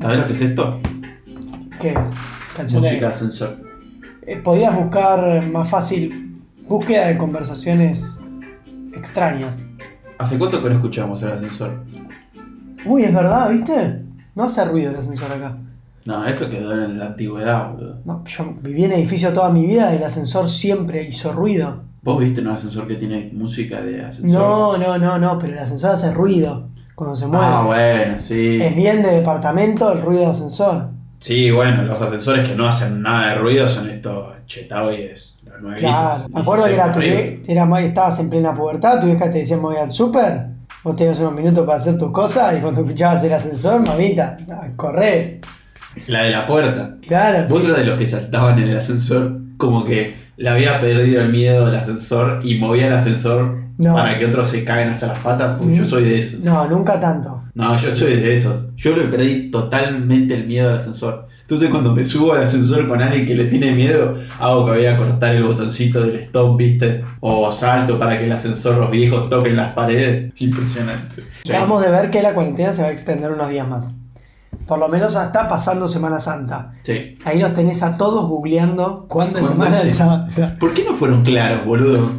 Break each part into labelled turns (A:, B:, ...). A: ¿Sabes lo que es esto?
B: ¿Qué es? Canciones.
A: Música de ascensor.
B: Eh, podías buscar más fácil búsqueda de conversaciones extrañas.
A: ¿Hace cuánto que no escuchamos el ascensor?
B: Uy, es verdad, ¿viste? No hace ruido el ascensor acá.
A: No, eso quedó en la antigüedad, boludo.
B: No, yo viví en edificio toda mi vida y el ascensor siempre hizo ruido.
A: ¿Vos viste un ascensor que tiene música de ascensor?
B: No, no, no, no, pero el ascensor hace ruido cuando se mueve.
A: Ah, bueno, sí.
B: Es bien de departamento el ruido de ascensor.
A: Sí, bueno, los ascensores que no hacen nada de ruido son estos chetaoides, los nuevitos.
B: Claro. Me acuerdo que era tu vie- era más- estabas en plena pubertad, tu vieja te decía me voy al súper, vos tenías unos minutos para hacer tus cosas y cuando escuchabas el ascensor, mamita, a correr.
A: La de la puerta.
B: Claro.
A: Vos
B: sí.
A: eras de los que saltaban en el ascensor, como que le había perdido el miedo del ascensor y movía el ascensor
B: No.
A: para que otros se caguen hasta las patas, porque
B: Mm.
A: yo soy de esos.
B: No, nunca tanto.
A: No, yo soy de esos. Yo le perdí totalmente el miedo al ascensor. Entonces cuando me subo al ascensor con alguien que le tiene miedo, hago que voy a cortar el botoncito del stop, ¿viste? O salto para que el ascensor, los viejos toquen las paredes. Impresionante.
B: Acabamos de ver que la cuarentena se va a extender unos días más. Por lo menos hasta pasando Semana Santa.
A: Sí.
B: Ahí los tenés a todos googleando cuándo es
A: ¿Cuándo
B: Semana
A: es?
B: de Santa.
A: ¿Por qué no fueron claros, boludo?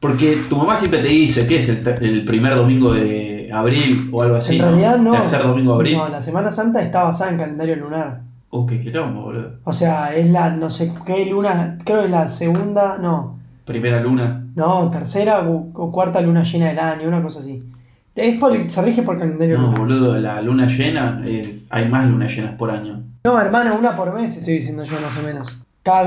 A: Porque tu mamá siempre te dice que es el, ter- el primer domingo de abril o algo así.
B: en realidad no.
A: Tercer domingo de abril.
B: No, la Semana Santa está basada en calendario lunar.
A: Oh, qué quilombo, boludo.
B: O sea, es la no sé qué luna, creo que es la segunda, no,
A: Primera luna.
B: no, tercera o, o cuarta luna llena del año, una cosa así. Es por- se rige por calendario
A: No,
B: lunar.
A: boludo, la luna llena. es- hay más lunas llenas por año.
B: No, hermano, una por mes estoy diciendo yo más o menos. Cada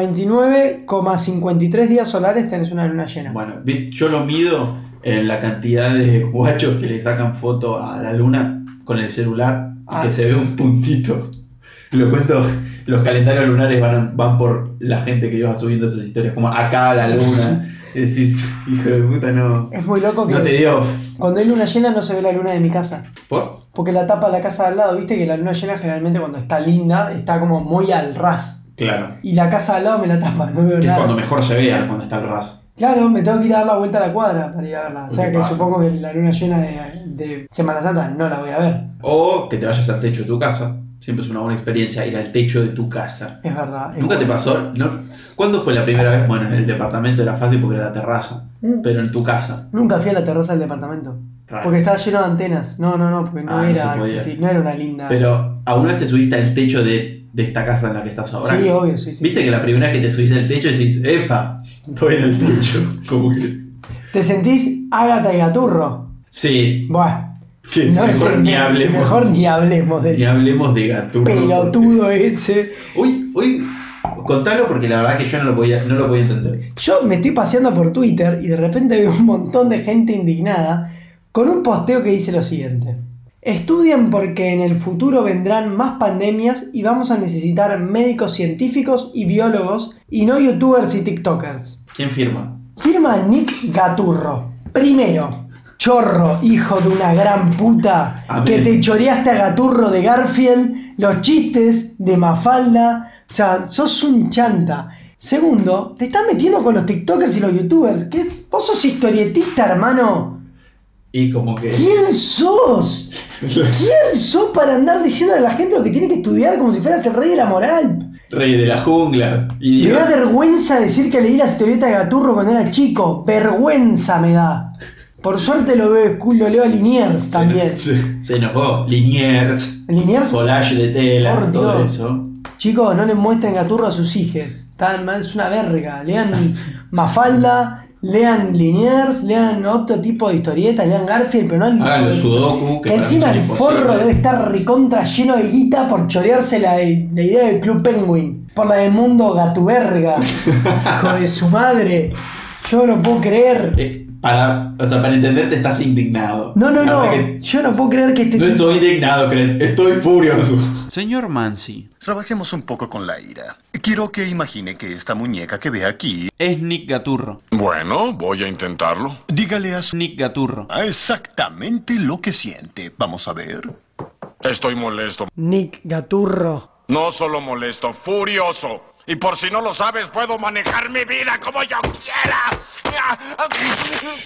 B: 29,53 días solares tenés una luna llena.
A: Bueno, vi- yo lo mido en la cantidad de guachos que le sacan foto a la luna con el celular y
B: Ah.
A: que se ve un puntito. Lo cuento, los calendarios lunares van, van por la gente que iba subiendo esas historias, como acá la luna. Y decís, hijo de puta, no.
B: Es muy loco que
A: No te dio.
B: cuando hay luna llena no se ve la luna de mi casa.
A: ¿Por?
B: Porque la tapa de la casa de al lado, viste que la luna llena generalmente cuando está linda está como muy al ras.
A: Claro.
B: Y la casa de al lado me la tapa, no veo
A: Que es
B: nada.
A: cuando mejor se vea, cuando está el ras.
B: Claro, me tengo que ir a dar la vuelta a la cuadra para ir a verla. O sea
A: Qué
B: que
A: paja.
B: supongo que la luna llena de, de Semana Santa no la voy a ver.
A: O que te vayas al techo de tu casa. Siempre es una buena experiencia ir al techo de tu casa.
B: Es verdad.
A: ¿Nunca te pasó? ¿No? ¿Cuándo fue la primera vez? Bueno, en el departamento era fácil porque era la terraza.
B: Mm.
A: Pero en tu casa.
B: Nunca fui a la terraza del departamento.
A: Raro.
B: Porque estaba lleno de antenas. No, no, no, porque no
A: Ah, no
B: era
A: se podía.
B: accesible, no era una linda.
A: Pero ¿alguna vez te subiste al techo de, de esta casa en la que estás ahora?
B: sí, obvio, sí, sí.
A: Viste que la primera vez que te subís al techo decís, epa, estoy en el techo. Como que.
B: Te sentís Ágata y Gaturro.
A: Sí,
B: Buah.
A: que
B: no
A: mejor
B: sé,
A: ni hablemos.
B: Mejor ni hablemos
A: ni
B: del
A: hablemos de gaturro.
B: pelotudo ese.
A: porque- Uy, uy, contalo porque la verdad que yo no lo podía, no lo podía entender.
B: Yo me estoy paseando por Twitter y de repente veo un montón de gente indignada con un posteo que dice lo siguiente. Estudian porque en el futuro vendrán más pandemias y vamos a necesitar médicos científicos y biólogos y no youtubers y tiktokers.
A: ¿Quién firma?
B: Firma Nick Gaturro. Primero, chorro, hijo de una gran puta,
A: Amén.
B: que te choreaste a Gaturro de Garfield, los chistes de Mafalda, o sea, sos un chanta. Segundo, te estás metiendo con los TikTokers y los YouTubers, que es, vos sos historietista, hermano.
A: Y como que.
B: ¿Quién sos? ¿Quién sos para andar diciéndole a la gente lo que tiene que estudiar como si fueras el rey de la moral?
A: Rey de la jungla. Y
B: Me da vergüenza decir que leí las historietas de Gaturro cuando era chico. Vergüenza me da. Por suerte lo veo, lo leo a Liniers también.
A: Se, se enojó. Liniers,
B: Liniers,
A: collage de tela,
B: Por
A: todo
B: Dios.
A: eso.
B: chicos, no le muestren Gaturro a sus hijes. Tan mal, es una verga. Lean Mafalda, lean Liniers, lean otro tipo de historietas, lean Garfield, pero no al-
A: Hagan los sudoku.
B: Que
A: para mí
B: encima
A: son
B: el
A: imposibles.
B: forro debe estar recontra lleno de guita por chorearse la, la idea del Club Penguin. Por la del mundo gatuberga. Hijo de su madre. Yo no puedo creer.
A: Eh, para, o sea, para entenderte estás indignado.
B: No, no,
A: La
B: no.
A: verdad que
B: Yo no puedo creer que este
A: no
B: tipo-
A: estoy indignado, Cren. Estoy furioso. Señor Mansi,
C: Trabajemos un poco con la ira. Quiero que imagine que esta muñeca que ve aquí...
A: es Nick Gaturro.
C: Bueno, voy a intentarlo. Dígale a su...
A: Nick Gaturro.
C: a exactamente lo que siente. Vamos a ver. Estoy molesto.
B: Nick Gaturro.
C: No solo molesto, furioso.
D: Y por si no lo sabes, puedo manejar mi vida como yo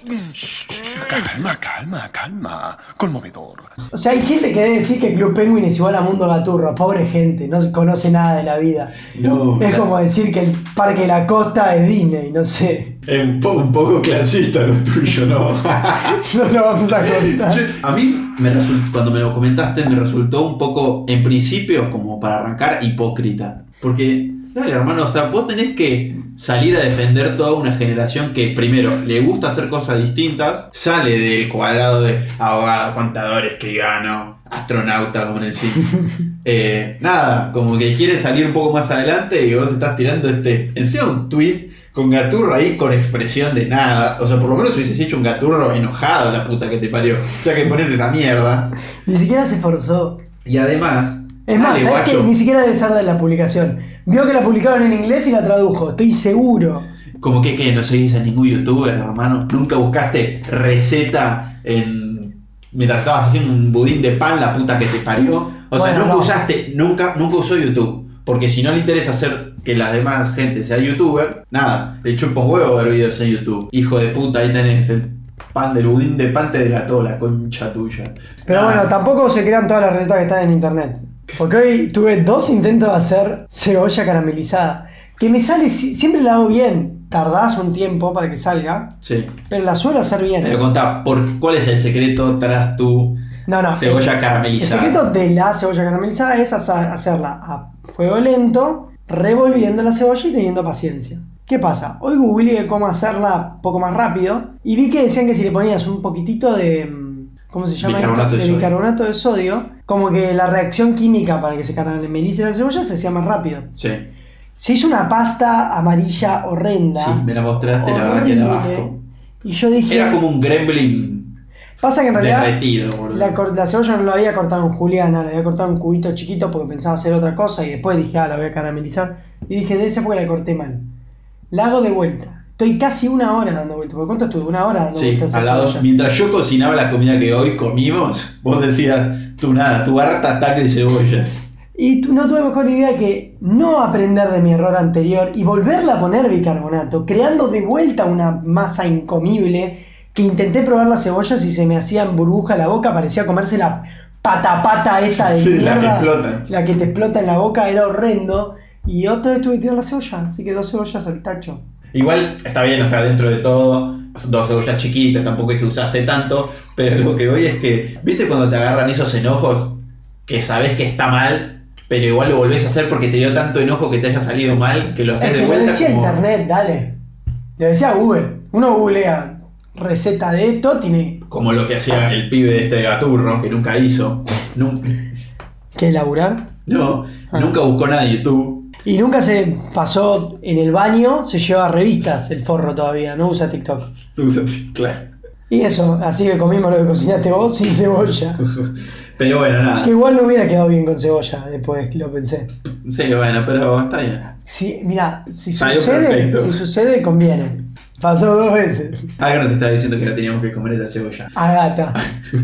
D: quiera.
C: Calma, calma, calma. Conmovedor.
B: O sea, hay gente que debe decir que Club Penguin es igual a Mundo Gaturro. Pobre gente, no conoce nada de la vida.
A: No,
B: Es
A: claro.
B: como decir que el Parque de la Costa es Disney, no sé.
A: Es un, po- un poco clasista lo tuyo, ¿no? Ah.
B: Eso lo vamos a contar.
A: A mí, me result- cuando me lo comentaste, me resultó un poco, en principio, como para arrancar, hipócrita. Porque, dale, hermano, o sea, vos tenés que salir a defender toda una generación que, primero, le gusta hacer cosas distintas, sale del cuadrado de abogado, contador, escribano, astronauta, como en el cine. Eh, nada, como que quiere salir un poco más adelante y vos estás tirando este. Encima un tweet con Gaturro ahí con expresión de nada. O sea, por lo menos hubieses hecho un Gaturro enojado, la puta que te parió. O sea, que pones esa mierda.
B: Ni siquiera se esforzó.
A: Y además.
B: Es más,
A: dale,
B: ¿sabes
A: guacho,
B: qué? Ni siquiera debe ser de la publicación. Vio que la publicaron en inglés y la tradujo, estoy seguro.
A: Como que, ¿qué? no seguís a ningún youtuber, hermano. Nunca buscaste receta en. Mientras estabas haciendo un budín de pan, la puta que te parió. O sea,
B: Bueno,
A: nunca
B: no.
A: usaste, nunca, nunca usó YouTube. Porque si no le interesa hacer que la demás gente sea youtuber, nada, te chupa un huevo ver videos en YouTube. Hijo de puta, ahí tenés el pan del budín de pan te delató la concha tuya.
B: Pero
A: Ah,
B: bueno, tampoco se crean todas las recetas que están en internet. Porque hoy tuve dos intentos de hacer cebolla caramelizada. Que me sale, si- siempre la hago bien. Tardás un tiempo para que salga,
A: Sí.
B: pero la suelo hacer bien.
A: Pero contá, ¿por, ¿cuál es el secreto tras tu
B: no, no.
A: cebolla
B: Ah, El
A: caramelizada?
B: secreto de la cebolla caramelizada es haza- hacerla a fuego lento, revolviendo la cebolla y teniendo paciencia. ¿Qué pasa? Hoy googleé cómo hacerla un poco más rápido y vi que decían que si le ponías un poquitito de. mm, ¿Cómo se llama? esto?
A: Bicarbonato de sodio.
B: bicarbonato de sodio, como que la reacción química para que se caramelice la cebolla se hacía más rápido.
A: Sí.
B: Se hizo una pasta amarilla horrenda.
A: Sí, me la mostraste, la verdad que
B: horrible,
A: la vasco.
B: y yo dije.
A: Era como un gremlin
B: pasa que en realidad.
A: derretido, boludo.
B: La, cor- la cebolla no la había cortado en juliana, la había cortado en cubitos chiquitos porque pensaba hacer otra cosa y después dije, ah, la voy a caramelizar. Y dije, de esa porque la corté mal. La hago de vuelta. Estoy casi una hora dando vueltas. ¿Por cuánto estuve? Una hora dando
A: Sí,
B: vueltas a
A: al
B: esa
A: lado.
B: cebolla.
A: Mientras yo cocinaba la comida que hoy comimos, vos decías, tú nada, tu harta ataque de cebollas.
B: Y tu- no tuve mejor idea que no aprender de mi error anterior y volverla a poner bicarbonato, creando de vuelta una masa incomible que intenté probar las cebollas y se me hacían burbuja la boca, parecía comerse la pata pata esta de
A: Sí,
B: mierda.
A: la que explota.
B: La que te explota en la boca era horrendo. Y otra vez tuve que tirar la cebolla, así que dos cebollas al tacho.
A: Igual está bien, o sea, dentro de todo, son dos cebollas chiquitas, tampoco es que usaste tanto, pero lo que voy es que, ¿viste cuando te agarran esos enojos que sabes que está mal, pero igual lo volvés a hacer porque te dio tanto enojo que te haya salido mal, que lo haces
B: Es
A: de
B: que lo
A: vuelta?
B: decía
A: como-
B: internet, dale. Lo decía Google. Uno googlea receta de esto, tiene
A: Como lo que hacía el pibe este de Gaturro, que nunca hizo. Nun-
B: que elaborar.
A: no,
B: Ah.
A: nunca buscó nada de YouTube.
B: Y nunca se pasó en el baño, se lleva revistas el forro todavía, no usa TikTok.
A: Claro.
B: Y eso, así que comimos lo que cocinaste vos sin cebolla.
A: Pero bueno, nada.
B: Que igual no hubiera quedado bien con cebolla, después que lo pensé.
A: Sí, bueno, pero está bien.
B: Si, mira, si
A: Salió
B: sucede,
A: perfecto.
B: si sucede, conviene. Pasó dos veces.
A: Algo nos estaba diciendo Ah, que la teníamos que comer esa cebolla.
B: Agata,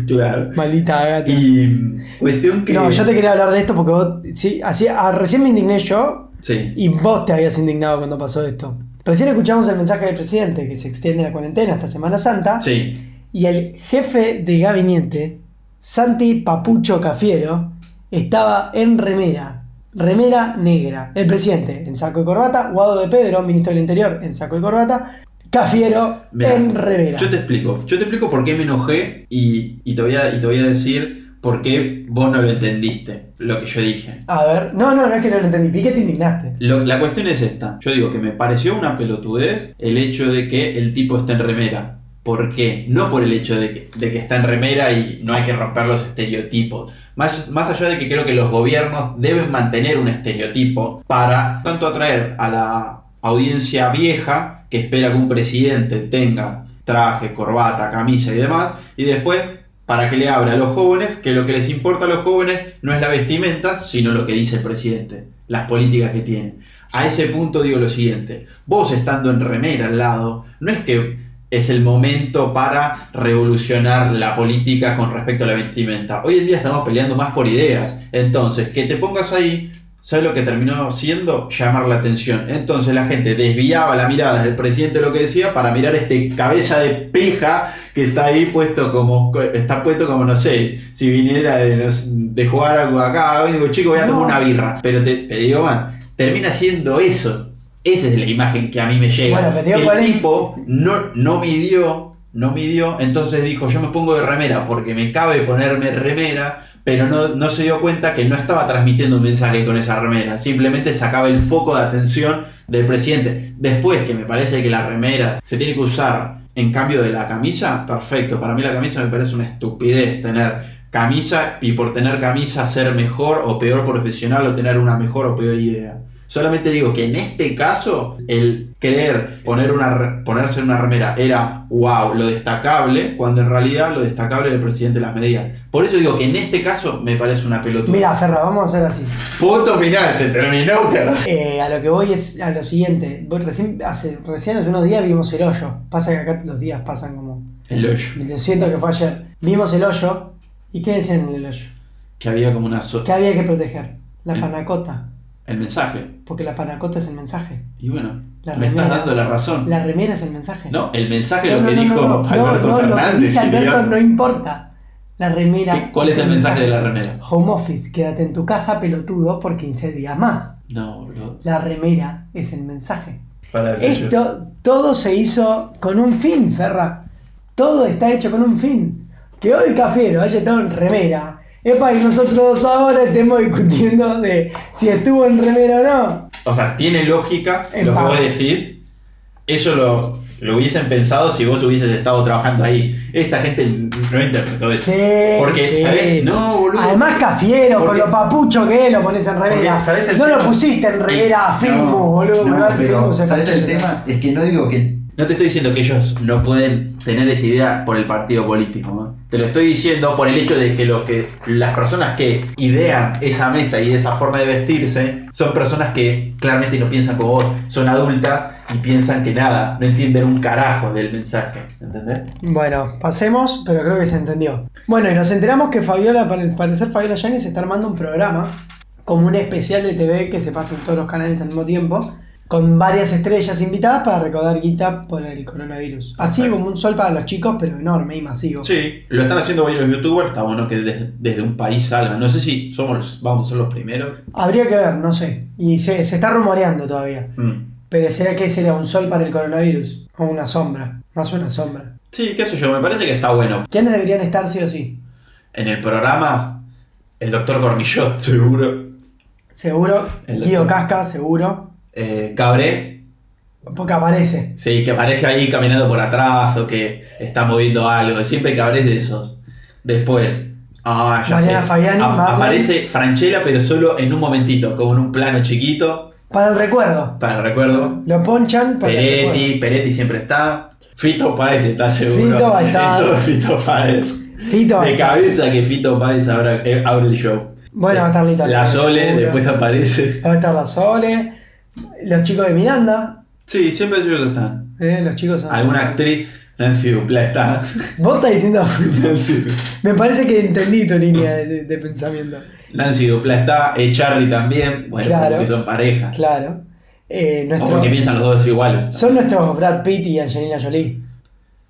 A: Claro.
B: maldita Agata.
A: Y mm, cuestión que.
B: No, yo te quería hablar de esto porque vos, sí, así, ah, recién me indigné yo
A: Sí.
B: y vos te habías indignado cuando pasó esto. Recién escuchamos el mensaje del presidente que se extiende la cuarentena hasta Semana Santa.
A: Sí.
B: Y el jefe de gabinete, Santi Papucho Cafiero, estaba en remera, remera negra. El presidente en saco y corbata, Guado de Pedro, ministro del Interior, en saco y corbata, Cafiero
A: Mirá,
B: en remera.
A: Yo te explico. Yo te explico por qué me enojé y, y te, voy a, y te voy a decir por qué vos no lo entendiste, lo que yo dije.
B: A ver, no, no, no es que no lo entendí, vi que te indignaste.
A: Lo- la cuestión es esta. Yo digo que me pareció una pelotudez el hecho de que el tipo esté en remera. ¿Por qué? No por el hecho de que, de que está en remera y no hay que romper los estereotipos. Más, más allá de que creo que los gobiernos deben mantener un estereotipo para tanto atraer a la audiencia vieja que espera que un presidente tenga traje, corbata, camisa y demás, y después para que le abra a los jóvenes que lo que les importa a los jóvenes no es la vestimenta, sino lo que dice el presidente, las políticas que tiene. A ese punto digo lo siguiente, vos estando en remera al lado, no es que es el momento para revolucionar la política con respecto a la vestimenta. Hoy en día estamos peleando más por ideas, entonces que te pongas ahí ¿Sabes lo que terminó siendo? Llamar la atención. Entonces la gente desviaba la mirada del presidente lo que decía para mirar este cabeza de peja que está ahí puesto como, está puesto como, no sé, si viniera de, no sé, de jugar algo acá, digo, chico, voy a tomar
B: No.
A: una birra. Pero te, te digo, man, termina siendo eso. Esa es la imagen que a mí me llega.
B: Bueno, pero te digo
A: Que
B: cuál
A: el
B: es-
A: tipo no, no midió, no midió, entonces dijo, yo me pongo de remera porque me cabe ponerme remera, pero no, no se dio cuenta que no estaba transmitiendo un mensaje con esa remera, simplemente sacaba el foco de atención del presidente. Después, que me parece que la remera se tiene que usar en cambio de la camisa, perfecto, para mí la camisa me parece una estupidez tener camisa y por tener camisa ser mejor o peor profesional o tener una mejor o peor idea. Solamente digo que en este caso, el querer poner una, re- ponerse en una remera era, wow, lo destacable, cuando en realidad lo destacable era el presidente de las medidas. Por eso digo que en este caso me parece una pelotuda.
B: Mira, Ferra, vamos a hacer así.
A: Punto final, se terminó. carajo.
B: Eh, a lo que voy es a lo siguiente. Voy Recién hace, recién hace unos días vimos el hoyo. Pasa que acá los días pasan como.
A: El hoyo.
B: Lo siento que fue ayer. Vimos el hoyo. ¿Y qué decían en el hoyo?
A: Que había como una... so-
B: Que había que proteger. La
A: Mm.
B: panacota.
A: el mensaje.
B: Porque la panacota es el mensaje.
A: Y bueno,
B: La
A: me
B: remera.
A: estás dando la razón.
B: La remera es el mensaje.
A: No, el mensaje
B: No,
A: lo
B: no,
A: que
B: no,
A: dijo
B: no, no.
A: Alberto
B: No, no,
A: Fernández.
B: Lo que dice Alberto
A: digamos.
B: no importa. La remera.
A: ¿Qué- ¿Cuál es el mensaje de la remera?
B: Home office. Quédate en tu casa, pelotudo, por 15 días más.
A: No, boludo.
B: La remera es el mensaje.
A: Para de ser yo.
B: Esto todo se hizo con un fin, Ferra. Todo está hecho con un fin. Que hoy Cafiero haya estado en remera es para que nosotros ahora estemos discutiendo de si estuvo en remera o no.
A: O sea, tiene lógica
B: En
A: lo que vos
B: parte.
A: decís. Eso lo, lo hubiesen pensado si vos hubieses estado trabajando ahí. Esta gente no interpretó eso.
B: Sí,
A: Pues, Porque,
B: sí.
A: ¿sabés? No, boludo.
B: Además, Cafiero,
A: Porque-
B: con lo papucho que es, lo pones en remera.
A: Porque, ¿sabés el
B: no
A: tema?
B: lo pusiste en remera a Filmus, boludo.
E: Eh, No,
B: ¿verdad?
E: pero,
B: Filmus se
E: ¿sabes el
B: cachó.
E: tema? Es que no digo que.
A: No te estoy diciendo que ellos no pueden tener esa idea por el partido político. ¿no? Te lo estoy diciendo por el hecho de que, lo que las personas que idean esa mesa y esa forma de vestirse son personas que claramente no piensan como vos. Son adultas y piensan que nada, no entienden un carajo del mensaje. ¿Entendés?
B: Bueno, pasemos, pero creo que se entendió. Bueno, y nos enteramos que Fabiola, para el parecer Fabiola Yanni se está armando un programa, como un especial de TV que se pasa en todos los canales al mismo tiempo, con varias estrellas invitadas para recaudar guita por el coronavirus. Así
A: Perfecto.
B: como un sol para los chicos, pero enorme y masivo.
A: Sí, lo están haciendo varios youtubers, está bueno que des- desde un país salgan. No sé si somos los- vamos a ser los primeros.
B: Habría que ver, no sé. Y se, se está rumoreando todavía.
A: Mm.
B: Pero será que será un sol para el coronavirus. O una sombra. Más una sombra.
A: Sí, qué sé yo, me parece que está bueno.
B: ¿Quiénes deberían estar sí o sí?
A: En el programa, el doctor Gormillot, seguro.
B: Seguro.
A: El
B: Guido
A: doctor.
B: Casca, seguro.
A: Eh, Cabré,
B: Porque aparece.
A: sí, que aparece ahí caminando por atrás o que está moviendo algo. Siempre Cabré es de esos. Después, ah, ya
B: Mariana
A: sé.
B: Fabiani,
A: A-
B: Marlon.
A: aparece Franchella, pero solo en un momentito, como en un plano chiquito,
B: Para el recuerdo.
A: para el recuerdo.
B: Lo ponchan para el recuerdo.
A: Peretti, Peretti siempre está. Fito Páez está seguro.
B: Fito va a estar.
A: En todo Fito Páez.
B: Fito.
A: De cabeza que Fito Páez abra- eh, abre el show.
B: Bueno, va a estar Lito.
A: La
B: Alonso,
A: Sole
B: seguro.
A: después aparece.
B: Va a estar la Sole. Los chicos de Miranda.
A: Sí, siempre ellos están.
B: eh, los chicos son-
A: Alguna actriz, Nancy Dupla está.
B: Vos estás diciendo.
A: Nancy,
B: Me parece que entendí tu línea de, de- de pensamiento.
A: Nancy Dupla está. Eh, Charlie también. Bueno,
B: Claro.
A: porque son pareja.
B: Claro. Eh,
A: O
B: nuestro-
A: porque piensan los dos iguales.
B: son nuestros Brad Pitt y Angelina Jolie.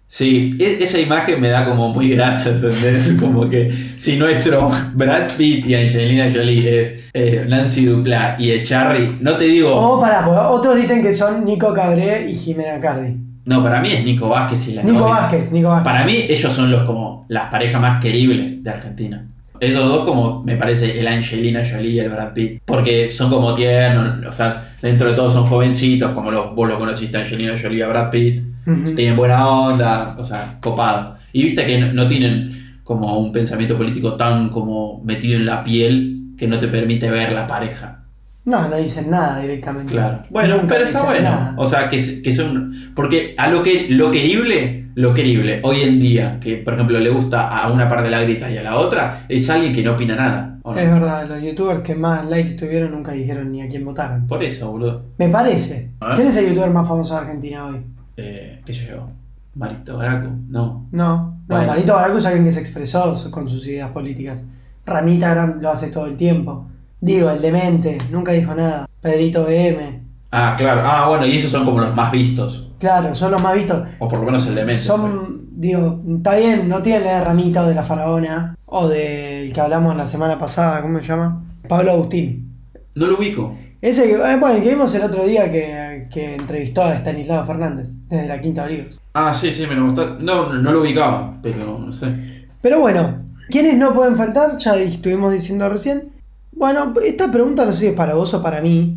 A: Sí, e- esa imagen me da como muy grasa, ¿entendés? Como que si nuestro Brad Pitt y Angelina Jolie es eh, Nancy Dupla y Echarri, no te digo.
B: O para, otros dicen que son Nico Cabré y Jimena Cardi.
A: No, para mí es Nico Vázquez y la
B: Nico
A: novia.
B: Vázquez, Nico Vázquez.
A: Para mí, ellos son los como las parejas más queribles de Argentina. Esos dos, como me parece, el Angelina Jolie y el Brad Pitt. Porque son como tiernos, o sea, dentro de todo son jovencitos, como los, vos lo conociste, Angelina Jolie a Brad Pitt.
B: Ujú.
A: tienen buena onda, o sea, copado. Y viste que no, no tienen como un pensamiento político tan como metido en la piel que no te permite ver la pareja.
B: No, no dicen nada directamente.
A: Bueno,
B: Nunca
A: pero está
B: dicen
A: bueno.
B: nada.
A: O sea, que, se- que son... Porque a lo que lo querible, lo querible, hoy en día, que por ejemplo le gusta a una parte de la grita y a la otra, es alguien que no opina nada. ¿o no?
B: Es verdad, los youtubers que más likes tuvieron nunca dijeron ni a quién votaron.
A: Por eso, boludo.
B: Me parece.
A: A ver.
B: ¿Quién es el youtuber más famoso de Argentina hoy?
A: Eh, ¿Qué sé yo? Marito Graco. No.
B: No, no,
A: Bueno.
B: Marito Baracu es alguien que se expresó su- con sus ideas políticas. Ramita Gran lo hace todo el tiempo. Digo, el demente, nunca dijo nada. Pedrito BM.
A: Ah, claro. Ah, bueno, y esos son como los más vistos.
B: Claro, son los más vistos.
A: O por lo menos el de Messi.
B: Son, digo, está bien, no tienen la de Ramita o de la Faraona o del que hablamos la semana pasada, ¿cómo se llama? Pablo Agustín.
A: No lo ubico.
B: Ese que, eh, bueno, el que vimos el otro día que, que entrevistó a Stanislao Fernández desde la Quinta de Olivos.
A: Ah, sí, sí, me lo mostraste. No, no, no lo ubicaba, pero no sé.
B: Pero bueno, ¿quiénes no pueden faltar? Ya di- estuvimos diciendo recién. Bueno, esta pregunta no sé si es para vos o para mí,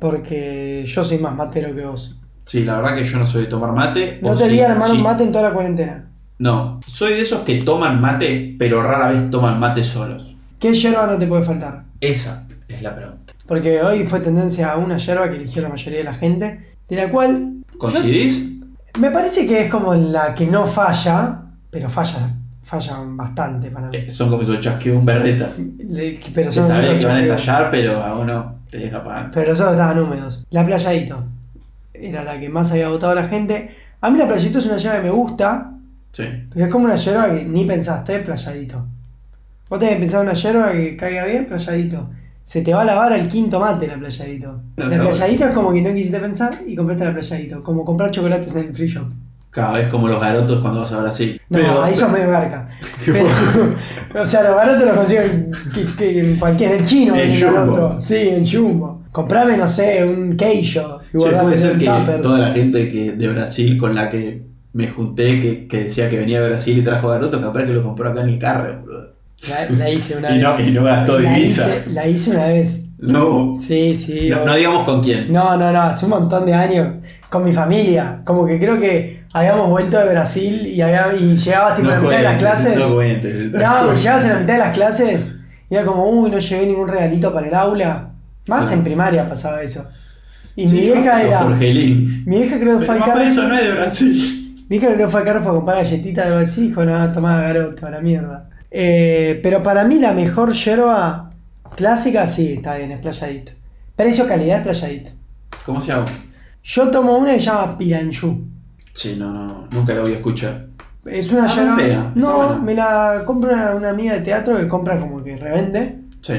B: porque yo soy más matero que vos.
A: Sí, la verdad que yo no soy de tomar mate.
B: No
A: o
B: te
A: sí,
B: vi armar
A: sí.
B: un mate en toda la cuarentena.
A: No, soy de esos que toman mate, pero rara vez toman mate solos.
B: ¿Qué yerba no te puede faltar?
A: Esa es la pregunta.
B: Porque hoy fue tendencia a una yerba que eligió la mayoría de la gente, de la cual
A: ¿Coincidís?
B: me parece que es como la que no falla, pero falla, fallan bastante para mí.
A: Eh, son como esos chasqueón berretas.
B: Le- Pero
A: Que
B: son
A: sabés que van a
B: chasqueos.
A: estallar, pero a uno te deja pagando.
B: Pero los otros estaban húmedos. La playadito. Era la que más había votado la gente. A mí la playadito es una yerba que me gusta,
A: Sí.
B: pero es como una yerba que ni pensaste, playadito. Vos tenés que pensar en una yerba que caiga bien, playadito. Se te va a lavar el quinto mate la playadito.
A: No,
B: la
A: no,
B: playadito es como que no quisiste pensar y compraste la playadito. Como comprar chocolates en el free shop.
A: Cada vez como los garotos cuando vas a Brasil.
B: No,
A: Pero-
B: ahí sos medio garca. Pero- o sea, los garotos los consiguen que- que en cualquier en chino.
A: En
B: el
A: Jumbo.
B: garoto. Sí, en jumbo. Comprame, no sé, un queijo.
A: Che,
B: y guardalo
A: puede
B: en
A: ser que
B: tuppers.
A: toda la gente que, de Brasil con la que me junté, que, que decía que venía de Brasil y trajo garotos, capaz que lo compró acá en el carro, boludo.
B: La, la hice una
A: Y
B: vez.
A: no, y no gastó
B: la,
A: divisa.
B: hice, la hice una vez.
A: No,
B: Sí, sí.
A: no, no digamos con quién.
B: No, no, no, hace un montón de años. Con mi familia. Como que creo que habíamos vuelto de Brasil y, había, y llegabas tipo a la mitad de las
A: cuentes,
B: clases.
A: No cuentes.
B: No, y llegabas a la mitad de las clases y era como, uy, no llevé ningún regalito para el aula. Más
A: Ah.
B: en primaria pasaba eso. Y
A: Sí,
B: mi
A: no,
B: vieja era.
A: Jorgelín.
B: Mi vieja creo que fue al
A: Pero
B: carro.
A: eso no es de Brasil.
B: Mi hija no fue al carro fue a comprar galletitas de bolsillo y dijo, no, tomá garoto, a la mierda. Eh, pero para mí la mejor yerba clásica sí está bien, es playadito. Precio, calidad, es playadito.
A: ¿Cómo se llama?
B: Yo tomo una que se llama Piranchu.
A: Sí, no, no, nunca la voy a escuchar.
B: Es una
A: Ah,
B: yerba.
A: no es fea,
B: No,
A: está buena.
B: me la compra una, una amiga de teatro que compra como que revende.
A: Sí.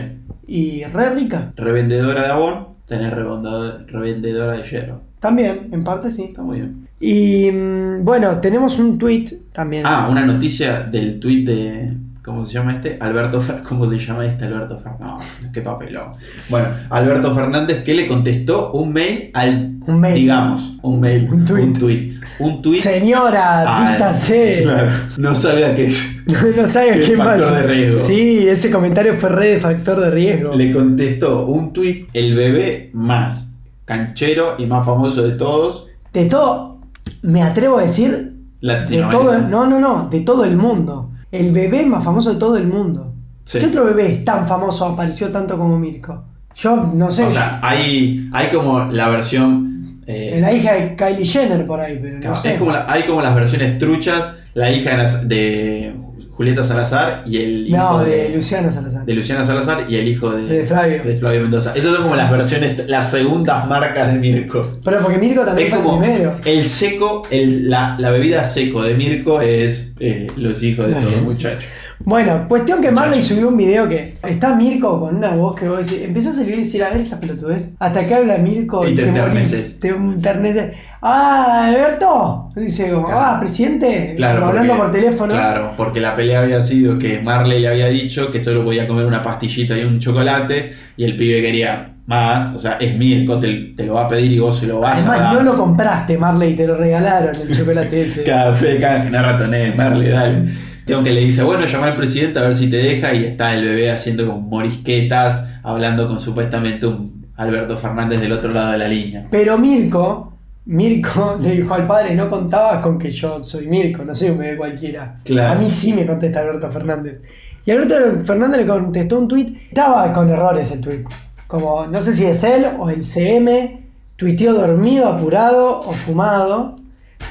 B: Y re rica.
A: Revendedora de abón, tenés rebondado- revendedora de hierro.
B: También, en parte sí.
A: Está muy bien.
B: Y mm, bueno, tenemos un tweet también.
A: Ah, una noticia del tuit de. ¿Cómo se llama este? Alberto Fer- ¿Cómo se llama este Alberto Fernández? qué papelón. Bueno, Alberto Fernández que le contestó un mail al.
B: Un mail.
A: Digamos, un mail.
B: Un tuit.
A: Un tuit. Un Ah, tuit.
B: Señora,
A: al-
B: vístase.
A: Claro, no sabía qué es.
B: No sabes
A: Es
B: quién
A: factor
B: vaya.
A: de riesgo.
B: Sí, ese comentario fue re de factor de riesgo.
A: Le contestó un tuit, el bebé más canchero y más famoso de todos.
B: De todo, me atrevo a decir, de
A: Latinoamérica.
B: todo, no, no, no, de todo el mundo. El bebé más famoso de todo el mundo.
A: Sí.
B: ¿Qué otro bebé es tan famoso, apareció tanto como Mirko? Yo no sé,
A: O sea, hay, hay como la versión. eh,
B: la hija de Kylie Jenner por ahí, pero no
A: Claro,
B: sé.
A: es como la- hay como las versiones truchas, la hija de las- de Julieta Salazar y el hijo
B: no, de Luciana Salazar.
A: de Luciana Salazar y el hijo de,
B: De Flavio.
A: de Flavio Mendoza. Esas son como las versiones, las segundas marcas de Mirko.
B: Pero porque Mirko también
A: Es
B: fue
A: como
B: el primero.
A: el seco, el- la, la bebida seco de Mirko es eh, los hijos de todos muchachos.
B: Bueno, cuestión que Marley subió un video que está Mirko con una voz que vos decís, empezás el video y decís, a ver esta pelotudez, hasta que habla Mirko y,
A: Y te
B: te, morís,
A: enterneces.
B: te enterneces. Ah, Alberto, dice como,
A: Claro.
B: ah, presidente,
A: Claro,
B: como hablando por
A: porque-
B: teléfono.
A: Claro, porque la pelea había sido que Marley le había dicho que solo podía comer una pastillita y un chocolate y el pibe quería más, o sea, es Mirko, te, te lo va a pedir y vos se lo vas a
B: Además,
A: dar.
B: no lo compraste, Marley, te lo regalaron el chocolate ese.
A: Café, canje, no ratonés, Marley, dale. Tengo que le dice, bueno, llamar al presidente a ver si te deja y está el bebé haciendo como morisquetas, hablando con supuestamente un Alberto Fernández del otro lado de la línea.
B: Pero Mirko, Mirko le dijo al padre, no contabas con que yo soy Mirko, no soy un bebé cualquiera.
A: Claro.
B: A mí sí me contesta Alberto Fernández. Y Alberto Fernández le contestó un tuit, estaba con errores el tuit. Como, no sé si es él o el CM, tuiteó dormido, apurado o fumado.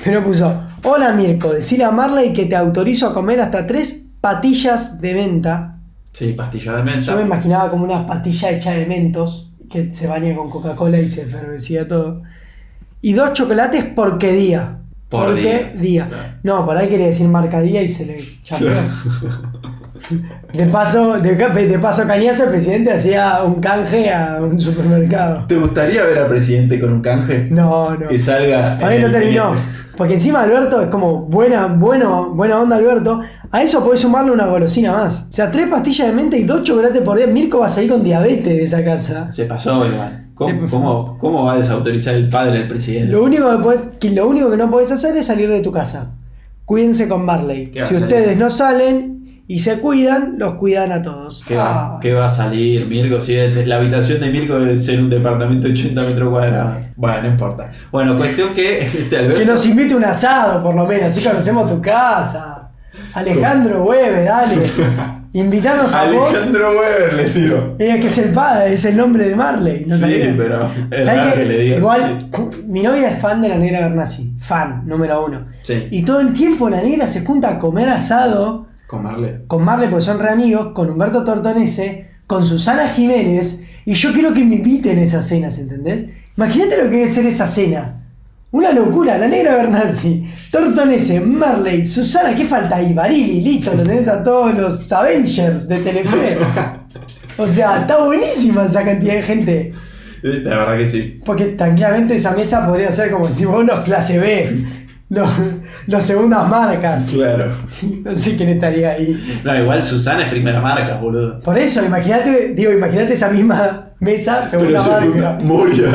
B: Pero puso, hola Mirko, decir a Marley que te autorizo a comer hasta tres patillas de menta.
A: Sí, pastilla de menta.
B: Yo me imaginaba como una patilla hecha de mentos que se baña con Coca-Cola y se enfermecía todo. Y dos chocolates por qué día.
A: Por día.
B: día. No, por ahí quería decir marca día y se le chapeó. De paso, de, ca- de paso cañazo, el presidente hacía un canje a un supermercado.
A: ¿Te gustaría ver al presidente con un canje?
B: No, no.
A: Que salga.
B: Para mí
A: en
B: no
A: el-
B: terminó. Porque encima Alberto es como buena, bueno, buena onda Alberto. A eso podés sumarle una golosina más. O sea, tres pastillas de menta y dos chocolates por día. Mirko va a salir con diabetes de esa casa.
A: Se pasó, Iván. ¿Cómo,
B: Sí.
A: cómo, cómo va a desautorizar el padre del presidente?
B: Lo único que, podés- que lo único que no podés hacer es salir de tu casa. Cuídense con Marley.
A: ¿Qué va
B: Si
A: a ser?
B: ustedes no salen y se cuidan, los cuidan a todos.
A: ¿Qué, va,
B: Ah.
A: qué va a salir, Mirko? Si es- la habitación de Mirko debe ser un departamento de 80 metros cuadrados. Bueno, no importa. Bueno, cuestión que este Alberto.
B: Que nos invite un asado, por lo menos. Si conocemos tu casa. Alejandro Hueve, dale. Invitanos a vos.
A: Alejandro Weber le tiró.
B: Eh, que es el padre, es el nombre de Marley. No
A: sí,
B: sabía.
A: pero es
B: ¿Sabés
A: raro
B: qué?
A: que le diga.
B: Igual, mi novia es fan de la negra Bernasi. Fan, número uno.
A: Sí,
B: Y todo el tiempo la negra se junta a comer asado
A: con Marley.
B: con Marley, porque son re amigos, con Humberto Tortonese, con Susana Jiménez. Y yo quiero que me inviten a esas cenas, ¿entendés? Imagínate lo que debe ser esa cena. Una locura, la negra Bernasi, Tortonese, Marley, Susana, ¿qué falta ahí? Barili, listo, lo tenés a todos los Avengers de Telefe. O sea, está buenísima esa cantidad de gente.
A: Eh, La verdad que sí.
B: Porque tranquilamente esa mesa podría ser como si vos los clase B, los, los segundas marcas.
A: Claro.
B: No sé quién estaría ahí.
A: No, igual Susana es primera marca, boludo.
B: Por eso, imagínate, digo, imagínate esa misma mesa, segunda marca.
A: Moria.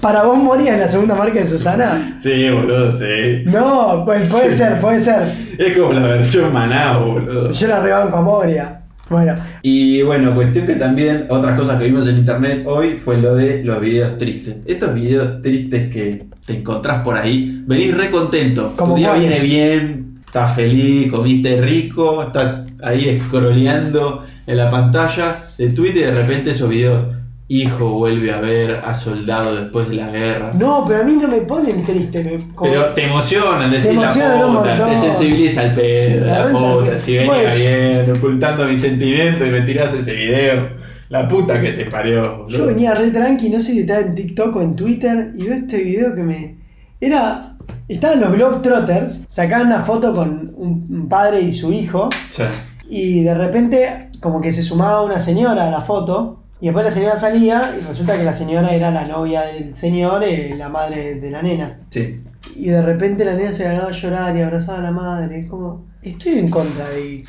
B: ¿Para vos morías la segunda marca de Susana?
A: sí, boludo, sí.
B: No, pues puede
A: Sí.
B: ser, puede ser.
A: Es como la versión Manao, boludo.
B: Yo la rebanco a Moria. Bueno,
A: Y bueno, cuestión que también otras cosas que vimos en internet hoy fue lo de los videos tristes. Estos videos tristes que te encontrás por ahí, venís re contento.
B: Como
A: tu día viene
B: cuáles.
A: bien, estás feliz, comiste rico, estás ahí scrolleando en la pantalla de Twitter y de repente esos videos. Hijo vuelve a ver a soldado después de la guerra.
B: no, pero a mí no me ponen triste. Me, como-
A: Pero te emocionan decir
B: emocionan un
A: la puta, te
B: montón.
A: sensibiliza el pedo,
B: La
A: la,
B: verdad
A: puta,
B: que-
A: si venía
B: Pues-
A: bien, ocultando mis sentimientos y me tirás ese video. La puta que te parió, boludo.
B: Yo venía re tranqui, no sé si estaba en TikTok o en Twitter, y veo este video que me. Era. Estaban los Globetrotters, sacaban una foto con un un padre y su hijo,
A: O sea,
B: y de repente, como que se sumaba una señora a la foto, y después la señora salía, y resulta que la señora era la novia del señor, eh, la madre de la nena.
A: sí.
B: Y de repente la nena se ganaba a llorar y abrazaba a la madre. Es como. Estoy en contra de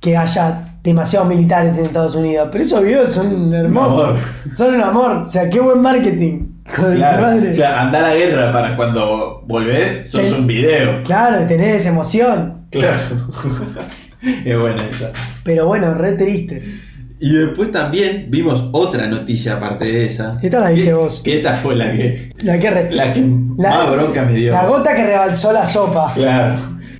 B: que haya demasiados militares en Estados Unidos, pero esos videos son hermosos.
A: Amor.
B: Son un amor, o sea, qué buen marketing. Joder,
A: Claro,
B: madre.
A: claro, andá a la guerra para cuando volvés, sos
B: Sí.
A: un video.
B: Claro, tenés emoción.
A: Claro. es buena esa.
B: Pero bueno, re triste.
A: Y después también vimos otra noticia aparte de esa.
B: Esta la viste
A: Que-
B: vos.
A: Que esta fue la que,
B: La que re-
A: la que más bronca me dio.
B: la gota que rebalsó la sopa.
A: Claro.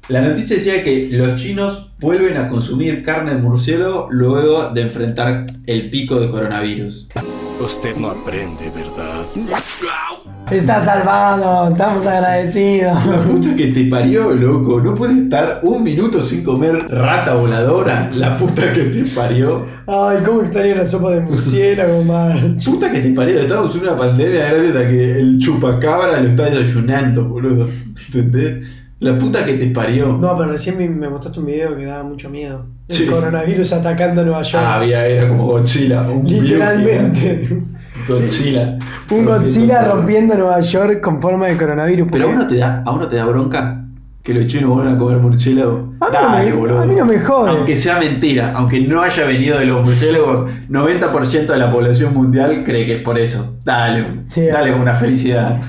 A: La noticia decía que los chinos vuelven a consumir carne de murciélago luego de enfrentar el pico de coronavirus.
E: Usted no aprende, ¿verdad?
B: Está salvado, estamos agradecidos.
A: Lo justo que te parió, loco. No puedes estar un minuto sin comer rata voladora. La puta que te parió.
B: Ay, cómo extraño la sopa de murciélago, madre.
A: Puta que te parió. Estamos en una pandemia gracias a que el chupacabra lo está desayunando, boludo. ¿Entendés? La puta que te parió.
B: No, pero recién me, me mostraste un video que daba mucho miedo. El
A: Sí.
B: coronavirus atacando Nueva York.
A: Ah, había, era como Godzilla. un
B: Literalmente.
A: viejo. Godzilla.
B: Un Godzilla
A: todo.
B: rompiendo Nueva York con forma de coronavirus.
A: Pero a
B: porque-
A: uno te da, a uno te da bronca que los chinos vuelvan a comer murciélago.
B: A mí no me- a mí no me jode.
A: Aunque sea mentira, aunque no haya venido de los murciélagos, 90% de la población mundial cree que es por eso. Dale,
B: Sí.
A: dale una felicidad.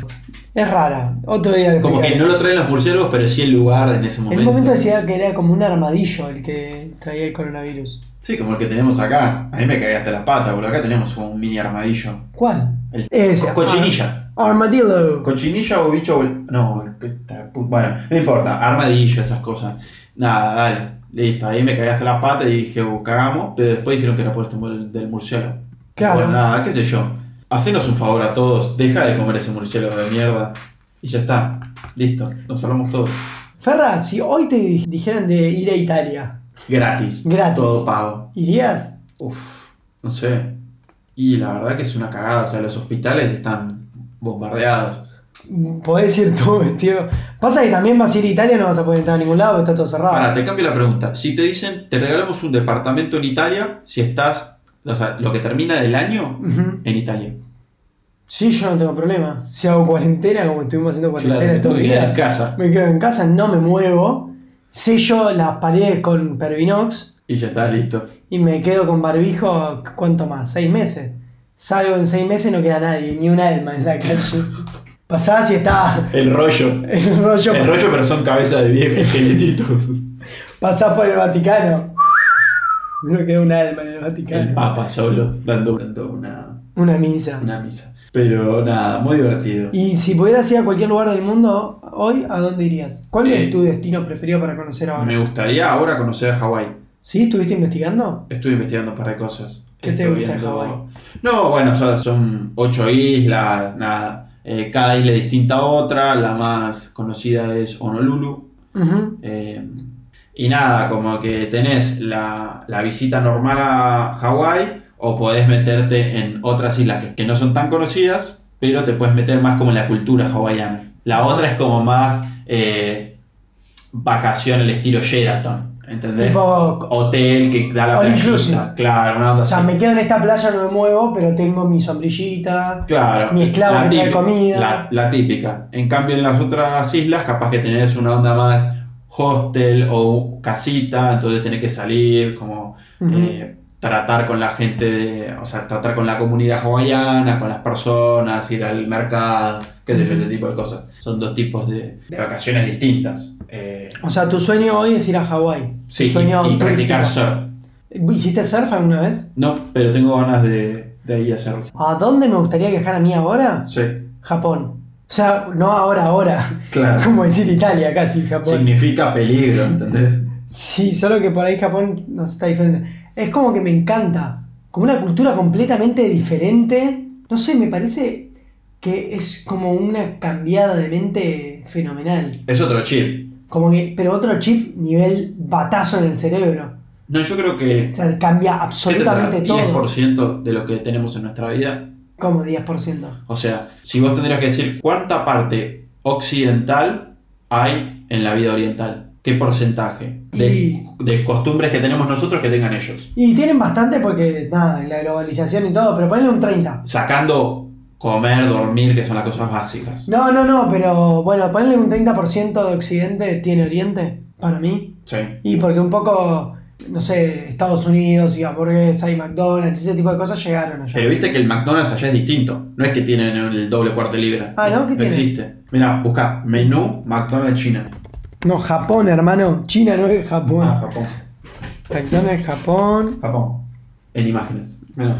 B: Es rara. Otro día lo
A: Como que
B: explicaré.
A: no lo traen los murciélagos, pero sí el lugar en ese
B: En
A: momento.
B: un momento decía que era como un armadillo el que traía el coronavirus.
A: Sí, como el que tenemos acá. A mí me cagué hasta las patas, boludo. Acá tenemos un mini armadillo.
B: ¿Cuál?
A: El-
B: Ese. ah.
A: Cochinilla.
B: Ar- armadillo.
A: Cochinilla o bicho vol- No, esta pu- bueno, no importa, armadillo, esas cosas. Nada, dale, listo. Ahí me cagaste las patas y dije, "Uh, cagamos, pero después dijeron que era por esto del del murciélago.
B: Claro.
A: Bueno, nada, qué sé yo. Hacenos un favor a todos, deja de comer ese murciélago de mierda. Y ya está, listo, nos hablamos todos.
B: Ferra, si hoy te di- dijeran de ir a Italia,
A: Gratis.
B: Gratis.
A: Todo pago.
B: ¿irías?
A: Uf, no sé. Y la verdad que es una cagada, o sea, los hospitales están bombardeados.
B: Podés ir tú vestido. Pasa que también vas a ir a Italia, no vas a poder entrar a ningún lado, porque está todo cerrado.
A: Ahora, te cambio la pregunta. Si te dicen, te regalamos un departamento en Italia, si estás, o sea, lo que termina del año
B: Ujú.
A: en Italia.
B: Sí, yo no tengo problema. Si hago cuarentena, como estuvimos haciendo cuarentena
A: Claro,
B: estos
A: me quedo
B: días,
A: en casa.
B: me quedo en casa, no me muevo, sello las paredes con Pervinox
A: Y ya está, listo.
B: y me quedo con barbijo, ¿cuánto más? ¿Seis meses? Salgo en seis meses y no queda nadie, ni un alma en la calle. Pasás y está
A: El rollo.
B: el rollo,
A: El rollo, pero son cabezas de viejo y esqueletitos.
B: pasás por el Vaticano. No queda un alma en el Vaticano.
A: El Papa solo, dando, dando una,
B: Una misa.
A: una misa. Pero nada, muy divertido.
B: Y si pudieras ir a cualquier lugar del mundo hoy, ¿a dónde irías? ¿Cuál es
A: Eh,
B: tu destino preferido para conocer ahora?
A: Me gustaría ahora conocer Hawái.
B: ¿Sí? ¿Estuviste investigando?
A: Estuve investigando un par de cosas.
B: ¿Qué te
A: Estuve
B: gusta de
A: viendo-
B: Hawái?
A: No, bueno, o sea, son ocho islas, nada. eh, cada isla es distinta a otra. La más conocida es Honolulu.
B: Ujú.
A: eh, y nada, como que tenés la, la visita normal a Hawái o podés meterte en otras islas que, que no son tan conocidas, pero te puedes meter más como en la cultura hawaiana. La otra es como más eh, vacación al estilo Sheraton, ¿entendés?
B: Tipo,
A: hotel que da la
B: All
A: playita,
B: inclusive.
A: Claro, una onda
B: Ah, o sea,
A: así.
B: me quedo en esta playa, no me muevo, pero tengo mi sombrillita.
A: Claro.
B: mi esclavo
A: la
B: que trae
A: típica,
B: comida.
A: La, la típica. En cambio, en las otras islas, capaz que tenés una onda más hostel o casita, entonces tenés que salir, como
B: Ujú.
A: eh, tratar con la gente, de- o sea, tratar con la comunidad hawaiana, con las personas, ir al mercado, qué sé yo, ese tipo de cosas. Son dos tipos de, de vacaciones distintas. Eh,
B: O sea, tu sueño hoy es ir a Hawái. Tu
A: sí, y,
B: sueño
A: y practicar
B: turístico.
A: surf.
B: ¿Hiciste surf alguna vez?
A: No, pero tengo ganas de, de ir a hacerlo.
B: ¿A dónde me gustaría viajar a mí ahora?
A: Sí,
B: Japón. O sea, no ahora, ahora.
A: claro.
B: Como decir Italia casi, Japón.
A: significa peligro, ¿entendés?
B: Sí, solo que por ahí Japón nos está diferente. Es como que me encanta. Como una cultura completamente diferente. No sé, me parece que es como una cambiada de mente fenomenal.
A: Es otro chip.
B: Como que, pero otro chip nivel batazo en el cerebro.
A: No, yo creo que
B: O sea, cambia
A: ¿qué tendrá?
B: absolutamente todo.
A: 10% de lo que tenemos en nuestra vida.
B: Como 10%.
A: O sea, si vos tendrías que decir cuánta parte occidental hay en la vida oriental, qué porcentaje de,
B: Y-
A: de costumbres que tenemos nosotros que tengan ellos.
B: Y tienen bastante porque, nada, la globalización y todo, pero ponle un 30.
A: Sacando comer, dormir, que son las cosas básicas.
B: No, no, no, pero bueno, ponle un 30% de Occidente tiene Oriente, para mí.
A: Sí.
B: Y porque un poco, no sé, Estados Unidos y hamburguesa y McDonald's, ese tipo de cosas llegaron allá.
A: Pero viste que el McDonald's allá es distinto. No es que tienen el doble cuarto de libra.
B: Ah, ¿no? ¿Qué tienen?
A: existe. Mira, busca menú McDonald's China.
B: No, Japón, hermano. China no es Japón.
A: Ah, Japón.
B: McDonald's, Japón.
A: Japón. En imágenes. Bueno,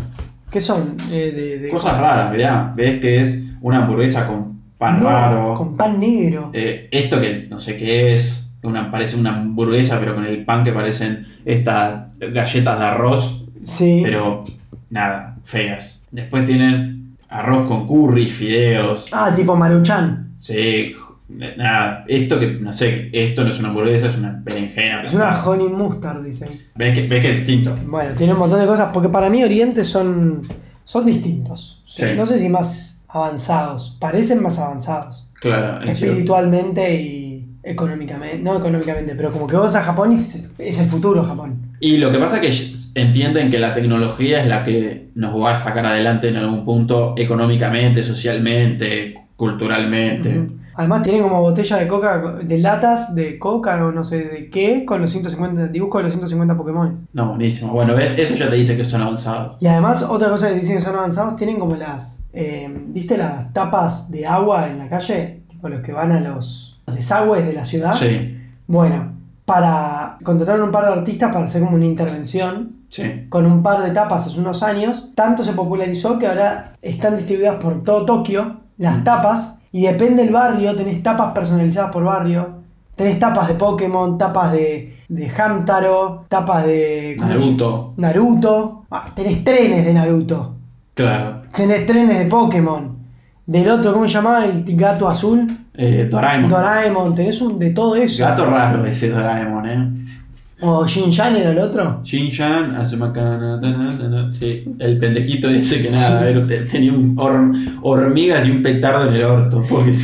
B: ¿Qué son? Eh, de, de-
A: cosas raras, mirá. Ves que es una hamburguesa con pan
B: No,
A: raro.
B: Con pan negro.
A: Eh, esto que no sé qué es. Una, parece una hamburguesa, pero con el pan que parecen estas galletas de arroz.
B: sí.
A: Pero nada, feas. Después tienen arroz con curry, fideos.
B: Ah, tipo Maruchan.
A: Sí, nada. Esto que no sé, esto no es una hamburguesa, es una berenjena.
B: Es una honey mustard, dicen.
A: ¿Ves que, ves que es distinto.
B: Bueno, tiene un montón de cosas, porque para mí Oriente son, son distintos.
A: Sí.
B: No sé si más avanzados. Parecen más avanzados.
A: Claro, en serio.
B: espiritualmente y económicamente, no económicamente, pero como que vos a Japón y es, es el futuro Japón.
A: Y lo que pasa es que entienden que la tecnología es la que nos va a sacar adelante en algún punto económicamente, socialmente, culturalmente.
B: Ujú. Además tienen como botella de coca, de latas de coca o no sé de qué, con los 150 dibujos de los 150 Pokémon.
A: No, buenísimo. Bueno, ¿ves? eso ya te dice que son avanzados.
B: Y además otra cosa que dicen que son avanzados, tienen como las, eh, viste las tapas de agua en la calle, tipo los que van a los desagües de la ciudad.
A: Sí,
B: Bueno, para contrataron un par de artistas para hacer como una intervención
A: sí.
B: con un par de tapas hace unos años, tanto se popularizó que ahora están distribuidas por todo Tokio
A: Mm.
B: las tapas y depende del barrio, tenés tapas personalizadas por barrio, tenés tapas de Pokémon, tapas de, de Hamtaro, tapas de ¿cómo se llama?
A: Naruto,
B: Naruto. Ah, tenés trenes de Naruto,
A: claro.
B: tenés trenes de Pokémon, del otro, ¿cómo se llamaba? El gato azul,
A: Eh, Doraemon.
B: Doraemon, tenés un de todo eso.
A: Gato raro ese Doraemon, ¿eh?
B: ¿O Shin Yan era el otro?
A: Shin-Chan hace macana, ta, na, ta, na. Sí, el pendejito ese que nada, era- te- tenía un horm- hormigas y un petardo en el orto. Porque
B: Era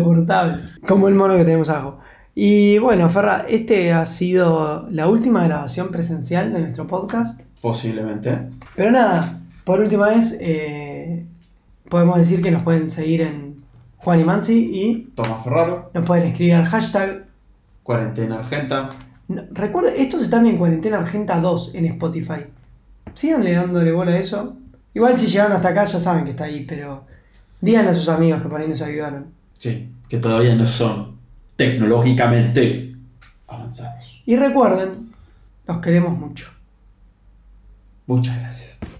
B: insoportable. Como el mono que tenemos abajo. Y bueno, Ferra, este ha sido la última grabación presencial de nuestro podcast.
A: posiblemente.
B: Pero nada, por última vez, eh, podemos decir que nos pueden seguir en Juan y Mansi y
A: Tomás Ferraro,
B: nos pueden escribir al hashtag.
A: Cuarentena Argenta.
B: No, recuerden, estos están en Cuarentena Argenta 2 en Spotify. Síganle dándole bola a eso. Igual si llegaron hasta acá ya saben que está ahí, pero díganle a sus amigos que por ahí nos ayudaron.
A: Sí, que todavía no son tecnológicamente avanzados.
B: Y recuerden, los queremos mucho.
A: Muchas gracias.